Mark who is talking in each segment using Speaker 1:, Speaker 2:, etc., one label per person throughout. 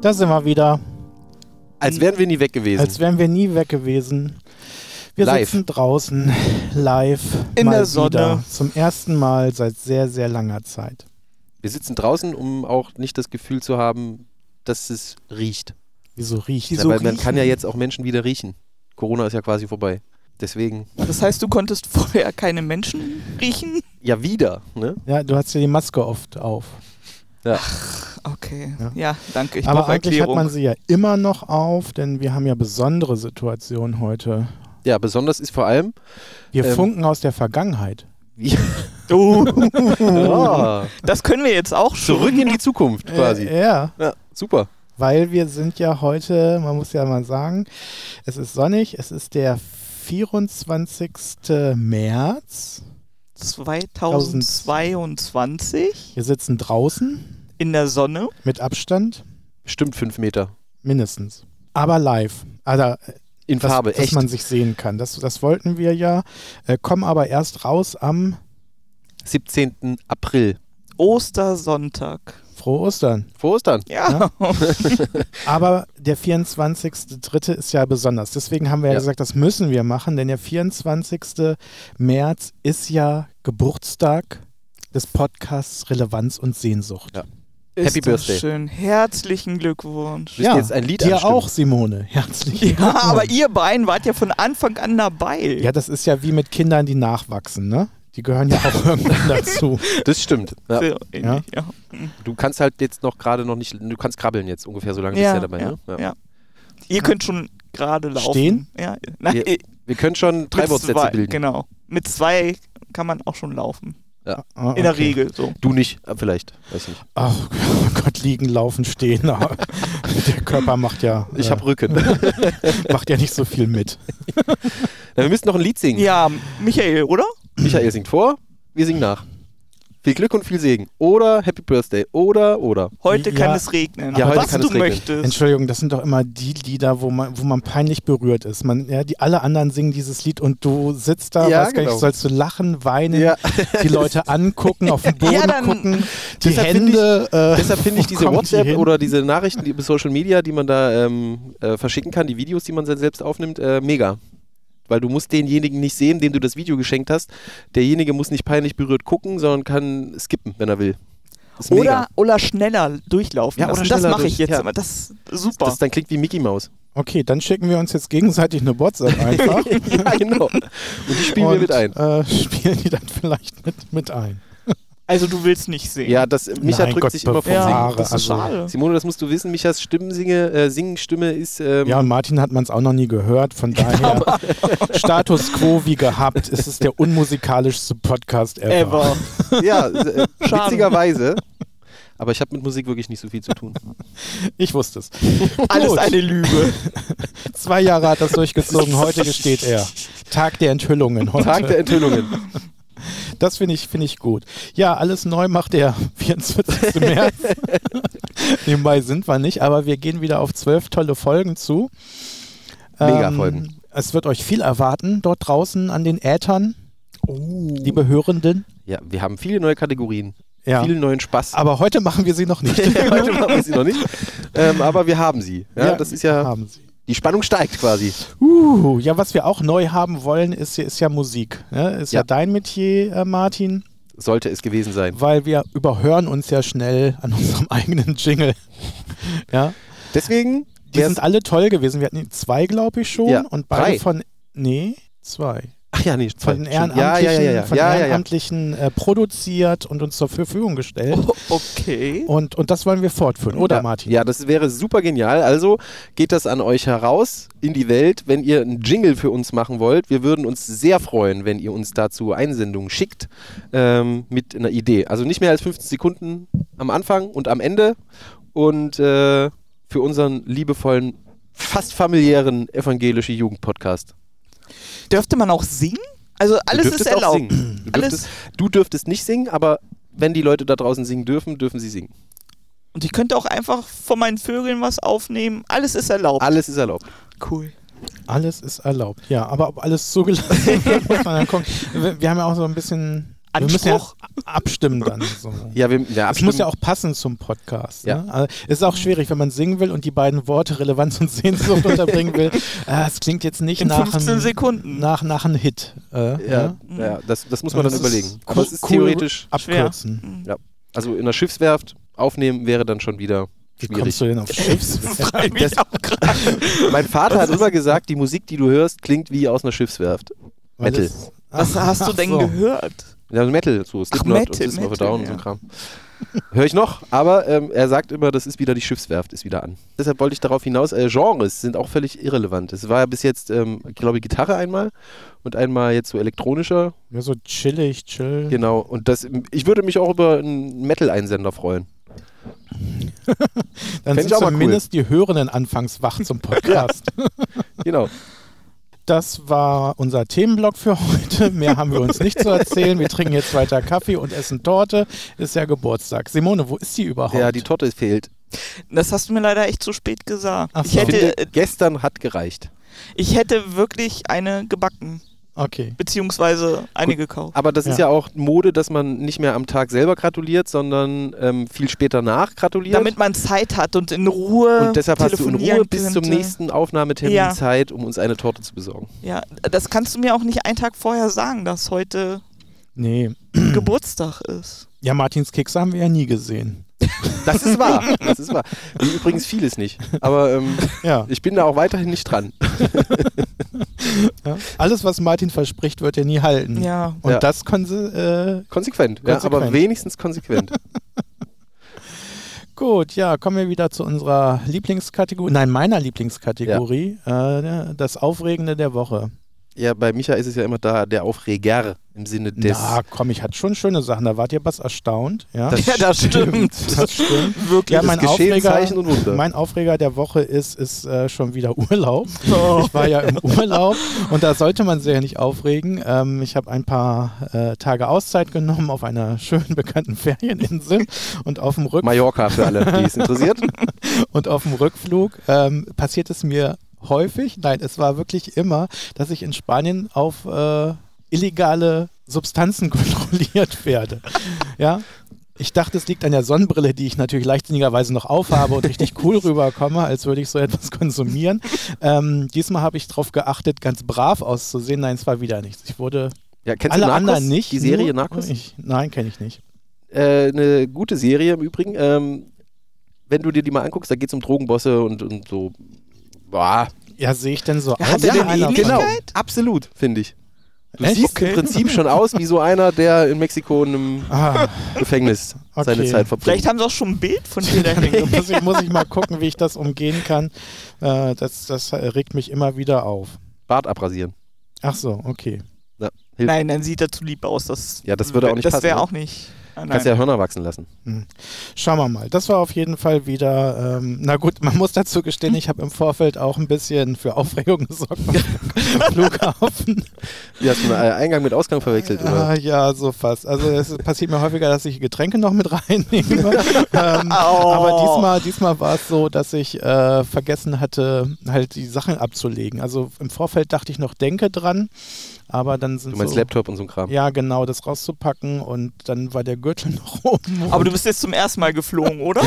Speaker 1: Da sind wir wieder.
Speaker 2: Als wären wir nie weg gewesen.
Speaker 1: Hm. Als wären wir nie weg gewesen. Wir
Speaker 2: Live.
Speaker 1: sitzen draußen, live.
Speaker 2: In
Speaker 1: mal
Speaker 2: der Sonne.
Speaker 1: Wieder, zum ersten Mal seit sehr, sehr langer Zeit.
Speaker 2: wir sitzen draußen, um auch nicht das Gefühl zu haben, dass es riecht.
Speaker 1: Wieso riecht
Speaker 2: Ja,
Speaker 1: so
Speaker 2: Weil man kann ja
Speaker 1: riechen?
Speaker 2: jetzt auch Menschen wieder riechen. Corona ist ja quasi vorbei. Deswegen,
Speaker 3: Das heißt, du konntest vorher keine Menschen riechen?
Speaker 2: ja wieder. Ne?
Speaker 1: Ja, du hast ja die Maske oft auf.
Speaker 3: Okay.
Speaker 1: Ja.
Speaker 3: Ja, danke. Ich
Speaker 1: Aber
Speaker 3: brauche
Speaker 1: eigentlich hat
Speaker 3: Erklärung.
Speaker 1: man sie ja immer noch auf, denn wir haben ja besondere Situationen heute.
Speaker 2: Ja, besonders ist vor allem.
Speaker 1: Wir
Speaker 2: Ähm.
Speaker 1: funken aus der Vergangenheit.
Speaker 2: Oh. ja.
Speaker 3: das können wir jetzt auch schon.
Speaker 2: Zurück in die Zukunft quasi.
Speaker 1: Äh, ja.
Speaker 2: Ja, super.
Speaker 1: Weil wir sind ja heute, man muss ja mal sagen, es ist sonnig, es ist der 24. März.
Speaker 3: 2022
Speaker 1: Wir sitzen draußen
Speaker 3: in der Sonne.
Speaker 1: mit Abstand,
Speaker 2: Bestimmt fünf Meter.
Speaker 1: mindestens. Aber live. Also,
Speaker 2: In
Speaker 1: dass,
Speaker 2: Farbe,
Speaker 1: dass
Speaker 2: echt.
Speaker 1: man sich sehen kann. Das, das wollten wir ja. Äh, kommen aber erst raus am
Speaker 2: 17. April.
Speaker 3: Ostersonntag.
Speaker 1: Frohe Ostern.
Speaker 2: Vor Ostern.
Speaker 3: Ja.
Speaker 1: Aber der 24.3. ist ja besonders. Deswegen haben wir ja,
Speaker 2: Ja.
Speaker 1: gesagt, das müssen wir machen, denn der 24. März ist ja Geburtstag des Podcasts Relevanz und Sehnsucht.
Speaker 2: Ja.
Speaker 3: Ist
Speaker 2: Happy
Speaker 3: das
Speaker 2: Birthday.
Speaker 3: Schön. Herzlichen Glückwunsch.
Speaker 2: Müssen wir jetzt ein Lied
Speaker 1: dir
Speaker 2: anstimmen?
Speaker 1: auch, Simone. Herzlich
Speaker 3: Ja, aber ihr beiden wart ja von Anfang an dabei.
Speaker 1: Ja, das ist ja wie mit Kindern, die nachwachsen, ne? Die gehören ja auch irgendwann dazu.
Speaker 2: Das stimmt. Ja.
Speaker 3: So ähnlich, ja.
Speaker 2: Du kannst halt jetzt noch gerade noch nicht, du kannst krabbeln jetzt ungefähr so lange bist du ja dabei.
Speaker 3: ja,
Speaker 2: ne?
Speaker 3: ja. Ihr könnt schon gerade laufen.
Speaker 1: Stehen?
Speaker 3: Ja. Nein,
Speaker 2: Ja,
Speaker 3: mit
Speaker 2: Wir können schon drei Wortsätze
Speaker 3: zwei,
Speaker 2: bilden.
Speaker 3: Genau. Mit zwei kann man auch schon laufen.
Speaker 1: Ah,
Speaker 3: In der
Speaker 1: okay.
Speaker 3: Regel so.
Speaker 2: Du nicht, äh, vielleicht. Weiß nicht.
Speaker 1: Ach oh Gott, liegen, laufen, stehen. Ah, der Körper macht ja,
Speaker 2: Ich habe Rücken.
Speaker 1: äh, macht ja nicht so viel mit.
Speaker 2: Na, wir müssen noch ein Lied singen.
Speaker 3: Ja, Michael, oder?
Speaker 2: Michael singt vor, wir singen nach. Viel Glück und viel Segen. Oder Happy Birthday. Oder, oder.
Speaker 3: Heute
Speaker 1: Ja.
Speaker 3: kann es regnen.
Speaker 2: Ja, heute
Speaker 3: was
Speaker 2: kann
Speaker 3: du
Speaker 2: es regnen.
Speaker 3: möchtest.
Speaker 1: Entschuldigung, das sind doch immer die Lieder, wo man, wo man peinlich berührt ist. Man, ja, die, alle anderen singen dieses Lied und du sitzt da,
Speaker 2: Ja,
Speaker 1: weißt gar
Speaker 2: genau.
Speaker 1: nicht, sollst du lachen, weinen,
Speaker 2: Ja.
Speaker 1: die Leute angucken, auf den Boden
Speaker 3: Ja, dann-
Speaker 1: gucken, die
Speaker 2: Deshalb find ich-
Speaker 1: Hände. äh,
Speaker 2: Deshalb finde ich
Speaker 1: wo
Speaker 2: diese
Speaker 1: kommen die
Speaker 2: WhatsApp
Speaker 1: hin?
Speaker 2: oder diese Nachrichten die, über Social Media, die man da ähm, äh, verschicken kann, die Videos, die man se- selbst aufnimmt, äh, mega. Weil du musst denjenigen nicht sehen, dem du das Video geschenkt hast. Derjenige muss nicht peinlich berührt gucken, sondern kann skippen, wenn er will. Ist mega.
Speaker 3: Oder, oder schneller durchlaufen.
Speaker 2: Ja,
Speaker 3: lassen.
Speaker 2: oder
Speaker 3: das
Speaker 2: schneller
Speaker 3: mache ich
Speaker 2: durch,
Speaker 3: jetzt
Speaker 2: ja.
Speaker 3: immer. Das ist super.
Speaker 2: Das dann klingt wie Mickey Mouse.
Speaker 1: Okay, dann schicken wir uns jetzt gegenseitig eine WhatsApp einfach.
Speaker 2: ja, genau. Und die spielen wir
Speaker 1: und,
Speaker 2: mit ein.
Speaker 1: Äh, spielen die dann vielleicht mit, mit ein.
Speaker 3: also du willst nicht sehen.
Speaker 2: Ja, das, äh, Micha
Speaker 1: Nein,
Speaker 2: drückt
Speaker 1: Gott
Speaker 2: sich immer vom
Speaker 3: ja
Speaker 1: bewahre.
Speaker 2: Singen.
Speaker 3: das ist
Speaker 1: also-
Speaker 3: schade.
Speaker 2: Simone, das musst du wissen, Michas Stimmensinge, äh, Singenstimme ist ähm,
Speaker 1: Ja, und Martin hat man es auch noch nie gehört, von daher Status quo wie gehabt. Es ist der unmusikalischste Podcast ever.
Speaker 3: Ever.
Speaker 2: Ja, äh,
Speaker 3: Schade.
Speaker 2: witzigerweise. Aber ich habe mit Musik wirklich nicht so viel zu tun.
Speaker 1: Ich wusste es.
Speaker 3: Alles
Speaker 1: Gut.
Speaker 3: eine Lüge.
Speaker 1: Zwei Jahre hat das durchgezogen, heute gesteht er. Tag der Enthüllungen heute.
Speaker 2: Tag der Enthüllungen.
Speaker 1: das finde ich, finde ich gut. Ja, alles neu macht der 24. März. Nebenbei sind wir nicht, aber wir gehen wieder auf zwölf tolle Folgen zu. Ähm,
Speaker 2: Mega Folgen.
Speaker 1: Es wird euch viel erwarten dort draußen an den Ätern, liebe Hörenden.
Speaker 2: Ja, wir haben viele neue Kategorien,
Speaker 1: Ja.
Speaker 2: viel neuen Spaß.
Speaker 1: Aber heute machen wir sie noch nicht.
Speaker 2: Heute haben wir sie noch nicht. Ähm, aber wir haben sie. Ja,
Speaker 1: Ja,
Speaker 2: das ist ja.
Speaker 1: Haben sie.
Speaker 2: Die Spannung steigt quasi.
Speaker 1: Uh, ja, was wir auch neu haben wollen, ist, ist ja Musik. Ne? Ist ja.
Speaker 2: Ja.
Speaker 1: dein Metier, äh, Martin,
Speaker 2: Sollte es gewesen sein.
Speaker 1: weil wir überhören uns ja schnell an unserem eigenen Jingle. ja,
Speaker 2: Deswegen.
Speaker 1: die
Speaker 2: wär's-
Speaker 1: sind alle toll gewesen. Wir hatten zwei, glaube ich, schon
Speaker 2: Ja,
Speaker 1: und beide
Speaker 2: drei.
Speaker 1: von, nee, zwei.
Speaker 2: Ach ja, nee,
Speaker 1: Von den
Speaker 2: zwei, stimmt.
Speaker 1: Ehrenamtlichen,
Speaker 2: Ja, ja, ja, ja.
Speaker 1: Von
Speaker 2: ja, ja, ja.
Speaker 1: Ehrenamtlichen Äh, produziert und uns zur Verfügung gestellt.
Speaker 3: Okay.
Speaker 1: Und, und das wollen wir fortführen, oder
Speaker 2: Oh. ja,
Speaker 1: Martin?
Speaker 2: Ja, das wäre super genial. Also geht das an euch heraus in die Welt, wenn ihr einen Jingle für uns machen wollt. Wir würden uns sehr freuen, wenn ihr uns dazu Einsendungen schickt ähm, mit einer Idee. Also nicht mehr als 15 Sekunden am Anfang und am Ende. Und äh, für unseren liebevollen, fast familiären evangelischen Jugendpodcast.
Speaker 3: Dürfte man auch singen? Also alles
Speaker 2: du dürftest
Speaker 3: ist erlaubt.
Speaker 2: Auch singen. Du,
Speaker 3: Alles-
Speaker 2: dürftest, du dürftest nicht singen, aber wenn die Leute da draußen singen dürfen, dürfen sie singen.
Speaker 3: Und ich könnte auch einfach von meinen Vögeln was aufnehmen. Alles ist erlaubt.
Speaker 2: Alles ist erlaubt.
Speaker 3: Cool.
Speaker 1: Alles ist erlaubt, ja. Aber ob alles zugelassen wird, muss man dann gucken. Wir, wir haben ja auch so ein bisschen Wir müssen ja
Speaker 3: Anspruch.
Speaker 1: abstimmen dann. So.
Speaker 2: Ja, wir, ja,
Speaker 1: Es muss ja auch passen zum Podcast.
Speaker 2: Ja.
Speaker 1: Ne? Also, es ist auch schwierig, wenn man singen will und die beiden Worte Relevanz und Sehnsucht unterbringen will. Ah, Es klingt jetzt nicht
Speaker 3: In
Speaker 1: nach
Speaker 3: 15
Speaker 1: einem
Speaker 3: Sekunden.
Speaker 1: nach, nach einem Hit. Äh,
Speaker 2: Ja,
Speaker 1: ne?
Speaker 2: ja das, das muss man dann
Speaker 1: Das ist
Speaker 2: überlegen. Aber es ist
Speaker 1: cool
Speaker 2: theoretisch,
Speaker 1: Abkürzen.
Speaker 2: also in der Schiffswerft aufnehmen wäre dann schon wieder
Speaker 1: Wie
Speaker 2: schwierig.
Speaker 1: kommst du
Speaker 3: Äh,
Speaker 1: denn auf Schiffs?
Speaker 3: Frag mich auch gerade.
Speaker 2: Mein Vater hat immer gesagt, die Musik, die du hörst, klingt wie aus einer Schiffswerft.
Speaker 1: Weil
Speaker 2: Metal.
Speaker 1: es-
Speaker 3: Was hast du
Speaker 1: ach
Speaker 3: denn
Speaker 1: so.
Speaker 3: gehört?
Speaker 2: Ja, also Metal, so Slipknot und
Speaker 3: Metal,
Speaker 2: System of a
Speaker 3: Metal,
Speaker 2: Down und so
Speaker 3: ja.
Speaker 2: Kram. Hör ich noch, aber ähm, er sagt immer, das ist wieder die Schiffswerft, ist wieder an. Deshalb wollte ich darauf hinaus, äh, Genres sind auch völlig irrelevant. Es war ja bis jetzt, ähm, ich glaube, Gitarre einmal und einmal jetzt so elektronischer.
Speaker 1: Ja, so chillig, chill.
Speaker 2: Genau, und das, ich würde mich auch über einen Metal-Einsender freuen.
Speaker 1: Dann
Speaker 2: Fänd
Speaker 1: sind
Speaker 2: ich aber cool.
Speaker 1: zumindest die Hörenden anfangs wach zum Podcast.
Speaker 2: Genau.
Speaker 1: Das war unser Themenblock für heute. Mehr haben wir uns nicht zu erzählen. Wir trinken jetzt weiter Kaffee und essen Torte. Ist ja Geburtstag. Simone, wo ist sie überhaupt?
Speaker 2: Ja, die Torte fehlt.
Speaker 3: Das hast du mir leider echt zu spät gesagt.
Speaker 1: Ach
Speaker 3: Ich
Speaker 1: so.
Speaker 2: Ich
Speaker 3: hätte,
Speaker 2: finde, gestern hat gereicht.
Speaker 3: ich hätte wirklich eine gebacken,
Speaker 1: Okay.
Speaker 3: beziehungsweise eine gekauft.
Speaker 2: Aber das ist ja auch Mode, dass man nicht mehr am Tag selber gratuliert, sondern ähm, viel später nach gratuliert.
Speaker 3: Damit man Zeit hat und in Ruhe
Speaker 2: und deshalb hast du in
Speaker 3: telefonieren
Speaker 2: Ruhe bis zum
Speaker 3: könnte.
Speaker 2: nächsten Aufnahmetermin
Speaker 3: Ja.
Speaker 2: Zeit, um uns eine Torte zu besorgen.
Speaker 3: Ja, das kannst du mir auch nicht einen Tag vorher sagen, dass heute
Speaker 1: Nee.
Speaker 3: Geburtstag ist.
Speaker 1: Ja, Martins Kekse haben wir ja nie gesehen.
Speaker 2: Das ist wahr. Das ist wahr. Wie übrigens vieles nicht. Aber ähm,
Speaker 1: Ja.
Speaker 2: ich bin da auch weiterhin nicht dran.
Speaker 1: ja. Alles, was Martin verspricht, wird er nie
Speaker 2: Hm.
Speaker 1: halten.
Speaker 3: Ja.
Speaker 1: Und
Speaker 2: Ja.
Speaker 1: das können sie. Äh,
Speaker 2: Konsequent, Ja,
Speaker 1: Konsequent.
Speaker 2: aber wenigstens konsequent.
Speaker 1: gut, ja, kommen wir wieder zu unserer Lieblingskategorie. Nein, meiner Lieblingskategorie. Äh, das Aufregende der Woche.
Speaker 2: Ja, bei Micha ist es ja immer da der Aufreger im Sinne des.
Speaker 1: Na komm, ich hatte schon schöne Sachen. Da wart ihr was erstaunt. Ja,
Speaker 2: Das
Speaker 3: Ja, das stimmt.
Speaker 1: das stimmt.
Speaker 2: wirklich
Speaker 1: Ja, mein
Speaker 2: das Geschehen
Speaker 1: Aufreger,
Speaker 2: Zeichen und Wunder.
Speaker 1: mein Aufreger der Woche ist, ist äh, schon wieder Urlaub.
Speaker 2: Oh.
Speaker 1: Ich war ja im Urlaub und da sollte man sich ja nicht aufregen. Ähm, ich habe ein paar äh, Tage Auszeit genommen auf einer schönen bekannten Ferieninsel und auf dem, Rück
Speaker 2: Mallorca für alle, die es interessiert.
Speaker 1: und auf dem Rückflug ähm, passiert es mir häufig, nein, es war wirklich immer, dass ich in Spanien auf äh, illegale Substanzen kontrolliert werde. ja. Ich dachte, es liegt an der Sonnenbrille, die ich natürlich leichtsinnigerweise noch aufhabe und richtig cool rüberkomme, als würde ich so etwas konsumieren. Ähm, diesmal habe ich darauf geachtet, ganz brav auszusehen. Nein, es war wieder nichts. Ich wurde
Speaker 2: Ja, kennst
Speaker 1: alle
Speaker 2: du Narcos?
Speaker 1: anderen nicht.
Speaker 2: Die Serie
Speaker 1: nur-
Speaker 2: Narcos?
Speaker 1: Ich, nein, kenne ich nicht.
Speaker 2: äh, eine gute Serie im Übrigen. Ähm, wenn du dir die mal anguckst, da geht es um Drogenbosse und, und so. Boah.
Speaker 1: Ja, sehe ich denn so
Speaker 3: Ja, hat er denn
Speaker 1: einer von-
Speaker 3: Ähnlichkeit?
Speaker 2: genau. Absolut, finde ich. Du
Speaker 1: Echt?
Speaker 2: siehst
Speaker 1: Okay.
Speaker 2: im Prinzip schon aus wie so einer, der in Mexiko in einem
Speaker 1: Ah.
Speaker 2: Gefängnis
Speaker 1: Okay.
Speaker 2: seine Zeit verbringt.
Speaker 3: Vielleicht haben sie auch schon ein Bild von dir
Speaker 1: Da
Speaker 3: dahin.
Speaker 1: muss ich, muss ich mal gucken, wie ich das umgehen kann. Äh, das, das regt mich immer wieder auf.
Speaker 2: Bart abrasieren.
Speaker 1: Ach so, okay.
Speaker 2: Ja, hilft.
Speaker 3: Nein, dann sieht er zu lieb aus. Das,
Speaker 2: Ja, das würde auch nicht
Speaker 3: Das
Speaker 2: passen,
Speaker 3: wäre
Speaker 2: ne?
Speaker 3: auch nicht. Ah,
Speaker 2: Kannst
Speaker 3: nein.
Speaker 2: ja Hörner wachsen lassen.
Speaker 1: Schauen wir mal. Das war auf jeden Fall wieder, ähm, na gut, man muss dazu gestehen, ich habe im Vorfeld auch ein bisschen für Aufregung gesorgt am Flughafen.
Speaker 2: Wie hast du einen Eingang mit Ausgang verwechselt? Oder?
Speaker 1: Ah, ja, so fast. Also es passiert mir häufiger, dass ich Getränke noch mit reinnehme. ähm,
Speaker 3: Au.
Speaker 1: Aber diesmal, diesmal war es so, dass ich äh, vergessen hatte, halt die Sachen abzulegen. Also im Vorfeld dachte ich noch, denke dran, aber dann sind
Speaker 2: Du meinst
Speaker 1: so,
Speaker 2: Laptop und so ein Kram.
Speaker 1: Ja, genau, das rauszupacken und dann war der Gürtel noch oben.
Speaker 3: Aber du bist jetzt zum ersten Mal geflogen, oder?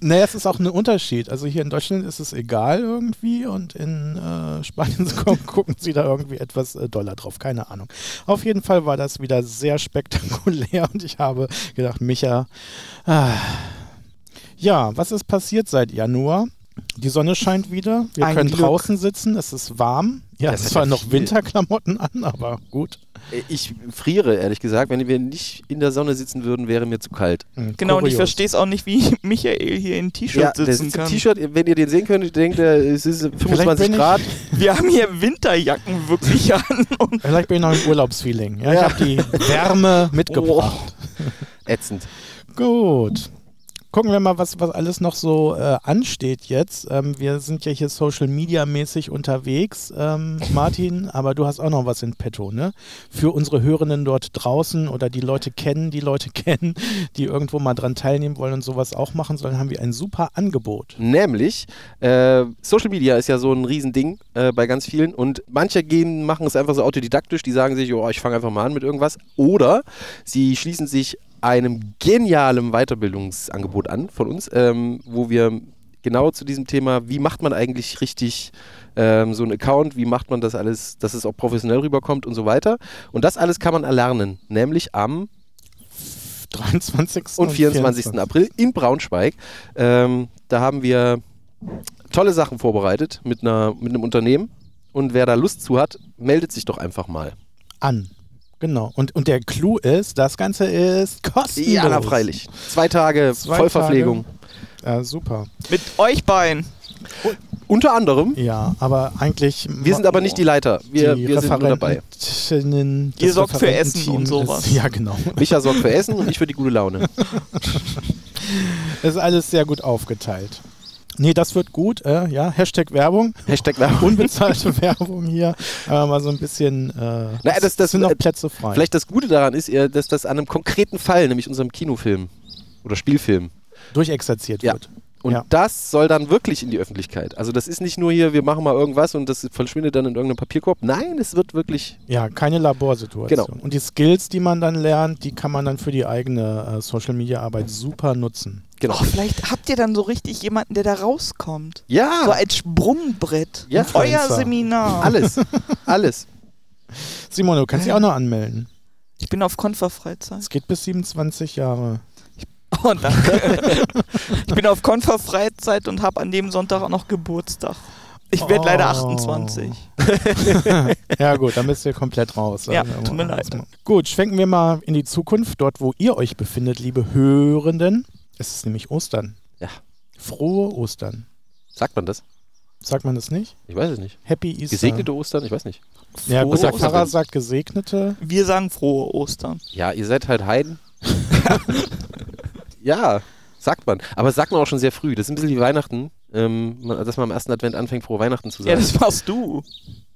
Speaker 1: Naja, es ist auch ein Unterschied. Also hier in Deutschland ist es egal irgendwie und in äh, Spanien gu- gucken sie da irgendwie etwas äh, Dollar drauf. Keine Ahnung. Auf jeden Fall war das wieder sehr spektakulär und ich habe gedacht, Micha, ah. ja, was ist passiert seit Januar? Die Sonne scheint wieder. Wir
Speaker 3: Ein
Speaker 1: können
Speaker 3: Glück.
Speaker 1: draußen sitzen. Es ist warm. Ja,
Speaker 2: Das
Speaker 1: es
Speaker 2: hat
Speaker 1: zwar
Speaker 2: ja
Speaker 1: noch
Speaker 2: viel.
Speaker 1: Winterklamotten an, aber gut.
Speaker 2: Äh, Ich friere, ehrlich gesagt. Wenn wir nicht in der Sonne sitzen würden, wäre mir zu kalt.
Speaker 1: Hm,
Speaker 3: genau, und ich
Speaker 1: kurios.
Speaker 3: verstehe es auch nicht, wie Michael hier in T-Shirt
Speaker 2: Ja, der
Speaker 3: sitzen
Speaker 2: sitzt im
Speaker 3: kann.
Speaker 2: T-Shirt, wenn ihr den sehen könnt, denkt er, es ist
Speaker 1: Vielleicht
Speaker 2: 25
Speaker 1: bin ich-
Speaker 2: Grad.
Speaker 3: Wir haben hier Winterjacken wirklich an. Und
Speaker 1: Vielleicht bin ich noch im Urlaubsfeeling. Ja,
Speaker 2: Ja.
Speaker 1: Ich habe die Wärme mitgebracht.
Speaker 2: Oh. Ätzend.
Speaker 1: Gut. gucken wir mal, was, was alles noch so äh, ansteht jetzt. Ähm, wir sind ja hier Social Media mäßig unterwegs, ähm, Martin, aber du hast auch noch was in petto, ne? Für unsere Hörenden dort draußen oder die Leute kennen, die Leute kennen, die irgendwo mal dran teilnehmen wollen und sowas auch machen sollen, haben wir ein super Angebot.
Speaker 2: Nämlich, äh, Social Media ist ja so ein Riesending äh, bei ganz vielen und manche gehen, machen es einfach so autodidaktisch, die sagen sich, oh, ich fange einfach mal an mit irgendwas. Oder sie schließen sich einem genialen Weiterbildungsangebot an von uns, ähm, wo wir genau zu diesem Thema, wie macht man eigentlich richtig ähm, so einen Account, wie macht man das alles, dass es auch professionell rüberkommt und so weiter. Und das alles kann man erlernen, nämlich am
Speaker 1: 23.
Speaker 2: und 24. April in Braunschweig. Ähm, da haben wir tolle Sachen vorbereitet mit, einer, mit einem Unternehmen. Und wer da Lust zu hat, meldet sich doch einfach mal.
Speaker 1: An. Genau. Und, und der Clou ist, das Ganze ist kostenlos.
Speaker 2: Ja, na, freilich. Zwei Tage
Speaker 1: Zwei
Speaker 2: Vollverpflegung.
Speaker 1: Ja, super.
Speaker 3: Mit euch beiden.
Speaker 2: Unter anderem.
Speaker 1: Ja, aber eigentlich.
Speaker 2: Wir sind aber nicht die Leiter. Wir, wir sind nur dabei.
Speaker 1: Referentinnen,
Speaker 3: Ihr
Speaker 1: das
Speaker 3: sorgt für Essen
Speaker 1: Referententeam
Speaker 3: und
Speaker 1: ist-
Speaker 3: sowas.
Speaker 1: Ja, genau.
Speaker 2: Micha sorgt für Essen und ich für die gute Laune.
Speaker 1: Das ist alles sehr gut aufgeteilt. Nee, das wird gut. Äh, ja, Hashtag Werbung.
Speaker 2: Hashtag Werbung.
Speaker 1: Unbezahlte Werbung hier. Aber mal so ein bisschen. Äh,
Speaker 2: Naja, das- das-
Speaker 1: sind noch
Speaker 2: äh,
Speaker 1: Plätze frei.
Speaker 2: Vielleicht das Gute daran ist, eher, dass das an einem konkreten Fall, nämlich unserem Kinofilm oder Spielfilm,
Speaker 1: durchexerziert
Speaker 2: Ja.
Speaker 1: wird.
Speaker 2: Und
Speaker 1: Ja.
Speaker 2: das soll dann wirklich in die Öffentlichkeit. Also das ist nicht nur hier, wir machen mal irgendwas und das verschwindet dann in irgendeinem Papierkorb. Nein, es wird wirklich.
Speaker 1: Ja, keine Laborsituation.
Speaker 2: Genau.
Speaker 1: Und die Skills, die man dann lernt, die kann man dann für die eigene äh, Social Media Arbeit super nutzen.
Speaker 2: Genau.
Speaker 3: Oh, vielleicht habt ihr dann so richtig jemanden, der da rauskommt. So
Speaker 2: Ja,
Speaker 3: als Sprungbrett.
Speaker 2: Ja.
Speaker 3: Euer Seminar.
Speaker 2: alles. Alles.
Speaker 1: Simon, du kannst dich auch noch anmelden.
Speaker 3: Ich bin auf Konferfreizeit.
Speaker 1: Es geht bis 27 Jahre.
Speaker 3: Oh, danke. ich bin auf Konferfreizeit und habe an dem Sonntag auch noch Geburtstag. Ich werde
Speaker 1: Oh.
Speaker 3: leider 28.
Speaker 1: Ja gut, dann bist du komplett raus.
Speaker 3: Ja,
Speaker 1: Also,
Speaker 3: tut mir leid.
Speaker 1: Gut, schwenken wir mal in die Zukunft, dort wo ihr euch befindet, liebe Hörenden. Es ist nämlich Ostern.
Speaker 2: Ja.
Speaker 1: Frohe Ostern.
Speaker 2: Sagt man das?
Speaker 1: Sagt man das nicht?
Speaker 2: Ich weiß es nicht.
Speaker 1: Happy Easter.
Speaker 2: Gesegnete
Speaker 3: äh,
Speaker 2: Ostern? Ich weiß nicht.
Speaker 1: Ja,
Speaker 3: Frohe
Speaker 1: gut, der
Speaker 2: Ostern.
Speaker 1: Pfarrer sagt Gesegnete.
Speaker 3: Wir sagen frohe Ostern.
Speaker 2: Ja, ihr seid halt Heiden. ja, sagt man. Aber das sagt man auch schon sehr früh. Das ist ein bisschen wie Weihnachten. Ähm, man, dass man am ersten Advent anfängt, frohe Weihnachten zu
Speaker 3: Ja,
Speaker 2: sagen.
Speaker 3: das warst du.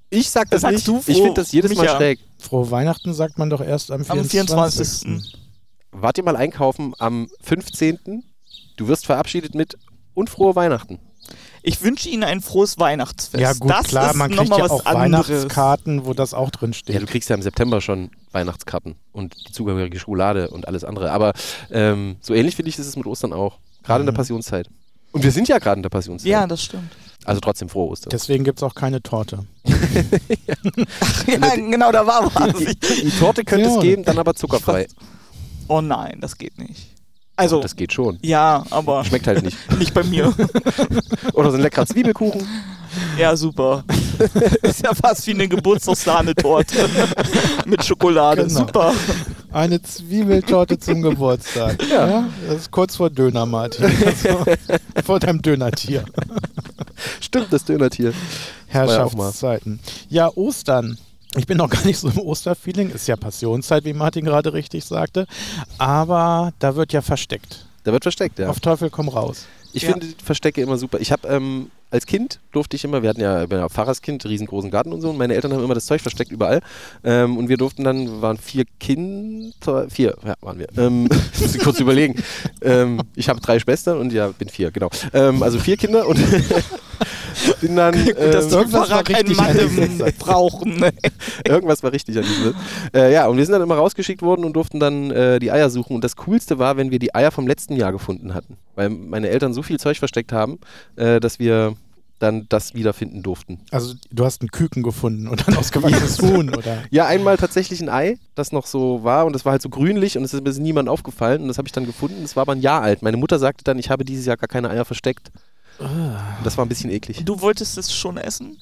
Speaker 2: ich sag das
Speaker 3: Sagst
Speaker 2: nicht.
Speaker 3: du
Speaker 2: ich
Speaker 3: froh,
Speaker 2: finde das jedes Mal
Speaker 3: Micha?
Speaker 2: schräg.
Speaker 1: Frohe Weihnachten sagt man doch erst am 24.
Speaker 3: Am 24.
Speaker 2: Wart ihr mal einkaufen am 15. Du wirst verabschiedet mit und frohe Weihnachten.
Speaker 3: Ich wünsche Ihnen ein frohes Weihnachtsfest.
Speaker 1: Ja gut,
Speaker 3: das
Speaker 1: klar,
Speaker 3: ist
Speaker 1: man
Speaker 3: noch
Speaker 1: kriegt
Speaker 3: mal
Speaker 1: ja
Speaker 3: was
Speaker 1: auch
Speaker 3: anderes.
Speaker 1: Weihnachtskarten, wo das auch drin
Speaker 2: Ja,
Speaker 1: steht.
Speaker 2: du kriegst ja im September schon Weihnachtskarten und die zugehörige Schokolade und alles andere. Aber ähm, so ähnlich finde ich, ist es mit Ostern auch. Gerade in der Passionszeit. Und wir sind Mhm. ja gerade in der Passionszeit.
Speaker 3: Ja, das stimmt.
Speaker 2: Also trotzdem frohe Ostern.
Speaker 1: Deswegen gibt es auch keine Torte.
Speaker 3: Ja, genau, da war was.
Speaker 2: die, die Torte könnte es
Speaker 1: Ja.
Speaker 2: geben, dann aber zuckerfrei.
Speaker 3: Oh nein, das geht nicht. Also,
Speaker 2: Das geht schon.
Speaker 3: ja, aber
Speaker 2: Schmeckt halt nicht.
Speaker 3: nicht bei mir.
Speaker 2: Oder so ein leckerer Zwiebelkuchen.
Speaker 3: Ja, super. Ist ja fast wie eine Geburtstagssahnetorte mit Schokolade.
Speaker 1: Genau.
Speaker 3: Super.
Speaker 1: Eine Zwiebeltorte zum Geburtstag. Ja. das ist kurz vor Döner, Martin. Also, vor deinem Dönertier.
Speaker 2: Stimmt, das Dönertier. ja auch mal.
Speaker 1: Herrschaftszeiten. Ja, Ostern. Ich bin noch gar nicht so im Osterfeeling. Ist ja Passionszeit, wie Martin gerade richtig sagte. Aber da wird ja versteckt.
Speaker 2: Da wird versteckt, ja.
Speaker 1: Auf Teufel komm raus.
Speaker 2: Ich
Speaker 3: Ja.
Speaker 2: finde Verstecke immer super. Ich habe ähm, als Kind durfte ich immer, wir hatten ja, ich bin ja Pfarrerskind, riesengroßen Garten und so, und meine Eltern haben immer das Zeug versteckt überall. Ähm, und wir durften dann, wir waren vier Kinder, vier, ja, waren wir. Ähm, muss ich kurz überlegen. Ähm, ich habe drei Schwestern und ja, bin vier, genau. Ähm, also vier Kinder und bin dann.
Speaker 3: Gut, dass
Speaker 2: ähm,
Speaker 3: die
Speaker 1: irgendwas
Speaker 3: Pfarrer
Speaker 1: war
Speaker 3: keinen
Speaker 1: richtig an
Speaker 3: Mathe
Speaker 1: diesem-
Speaker 3: brauchen. ne?
Speaker 2: Irgendwas war richtig an diesem Witz. Äh, ja, und wir sind dann immer rausgeschickt worden und durften dann äh, die Eier suchen. Und das Coolste war, wenn wir die Eier vom letzten Jahr gefunden hatten. Weil meine Eltern so viel Zeug versteckt haben, äh, dass wir dann das wiederfinden durften.
Speaker 1: Also, du hast einen Küken gefunden und ein ausgewachsenes Huhn, oder?
Speaker 2: Ja, einmal tatsächlich ein Ei, das noch so war und das war halt so grünlich und es ist mir niemand aufgefallen und das habe ich dann gefunden. Es war aber ein Jahr alt. Meine Mutter sagte dann, ich habe dieses Jahr gar keine Eier versteckt. Und Das war ein bisschen eklig.
Speaker 3: Du wolltest es schon essen?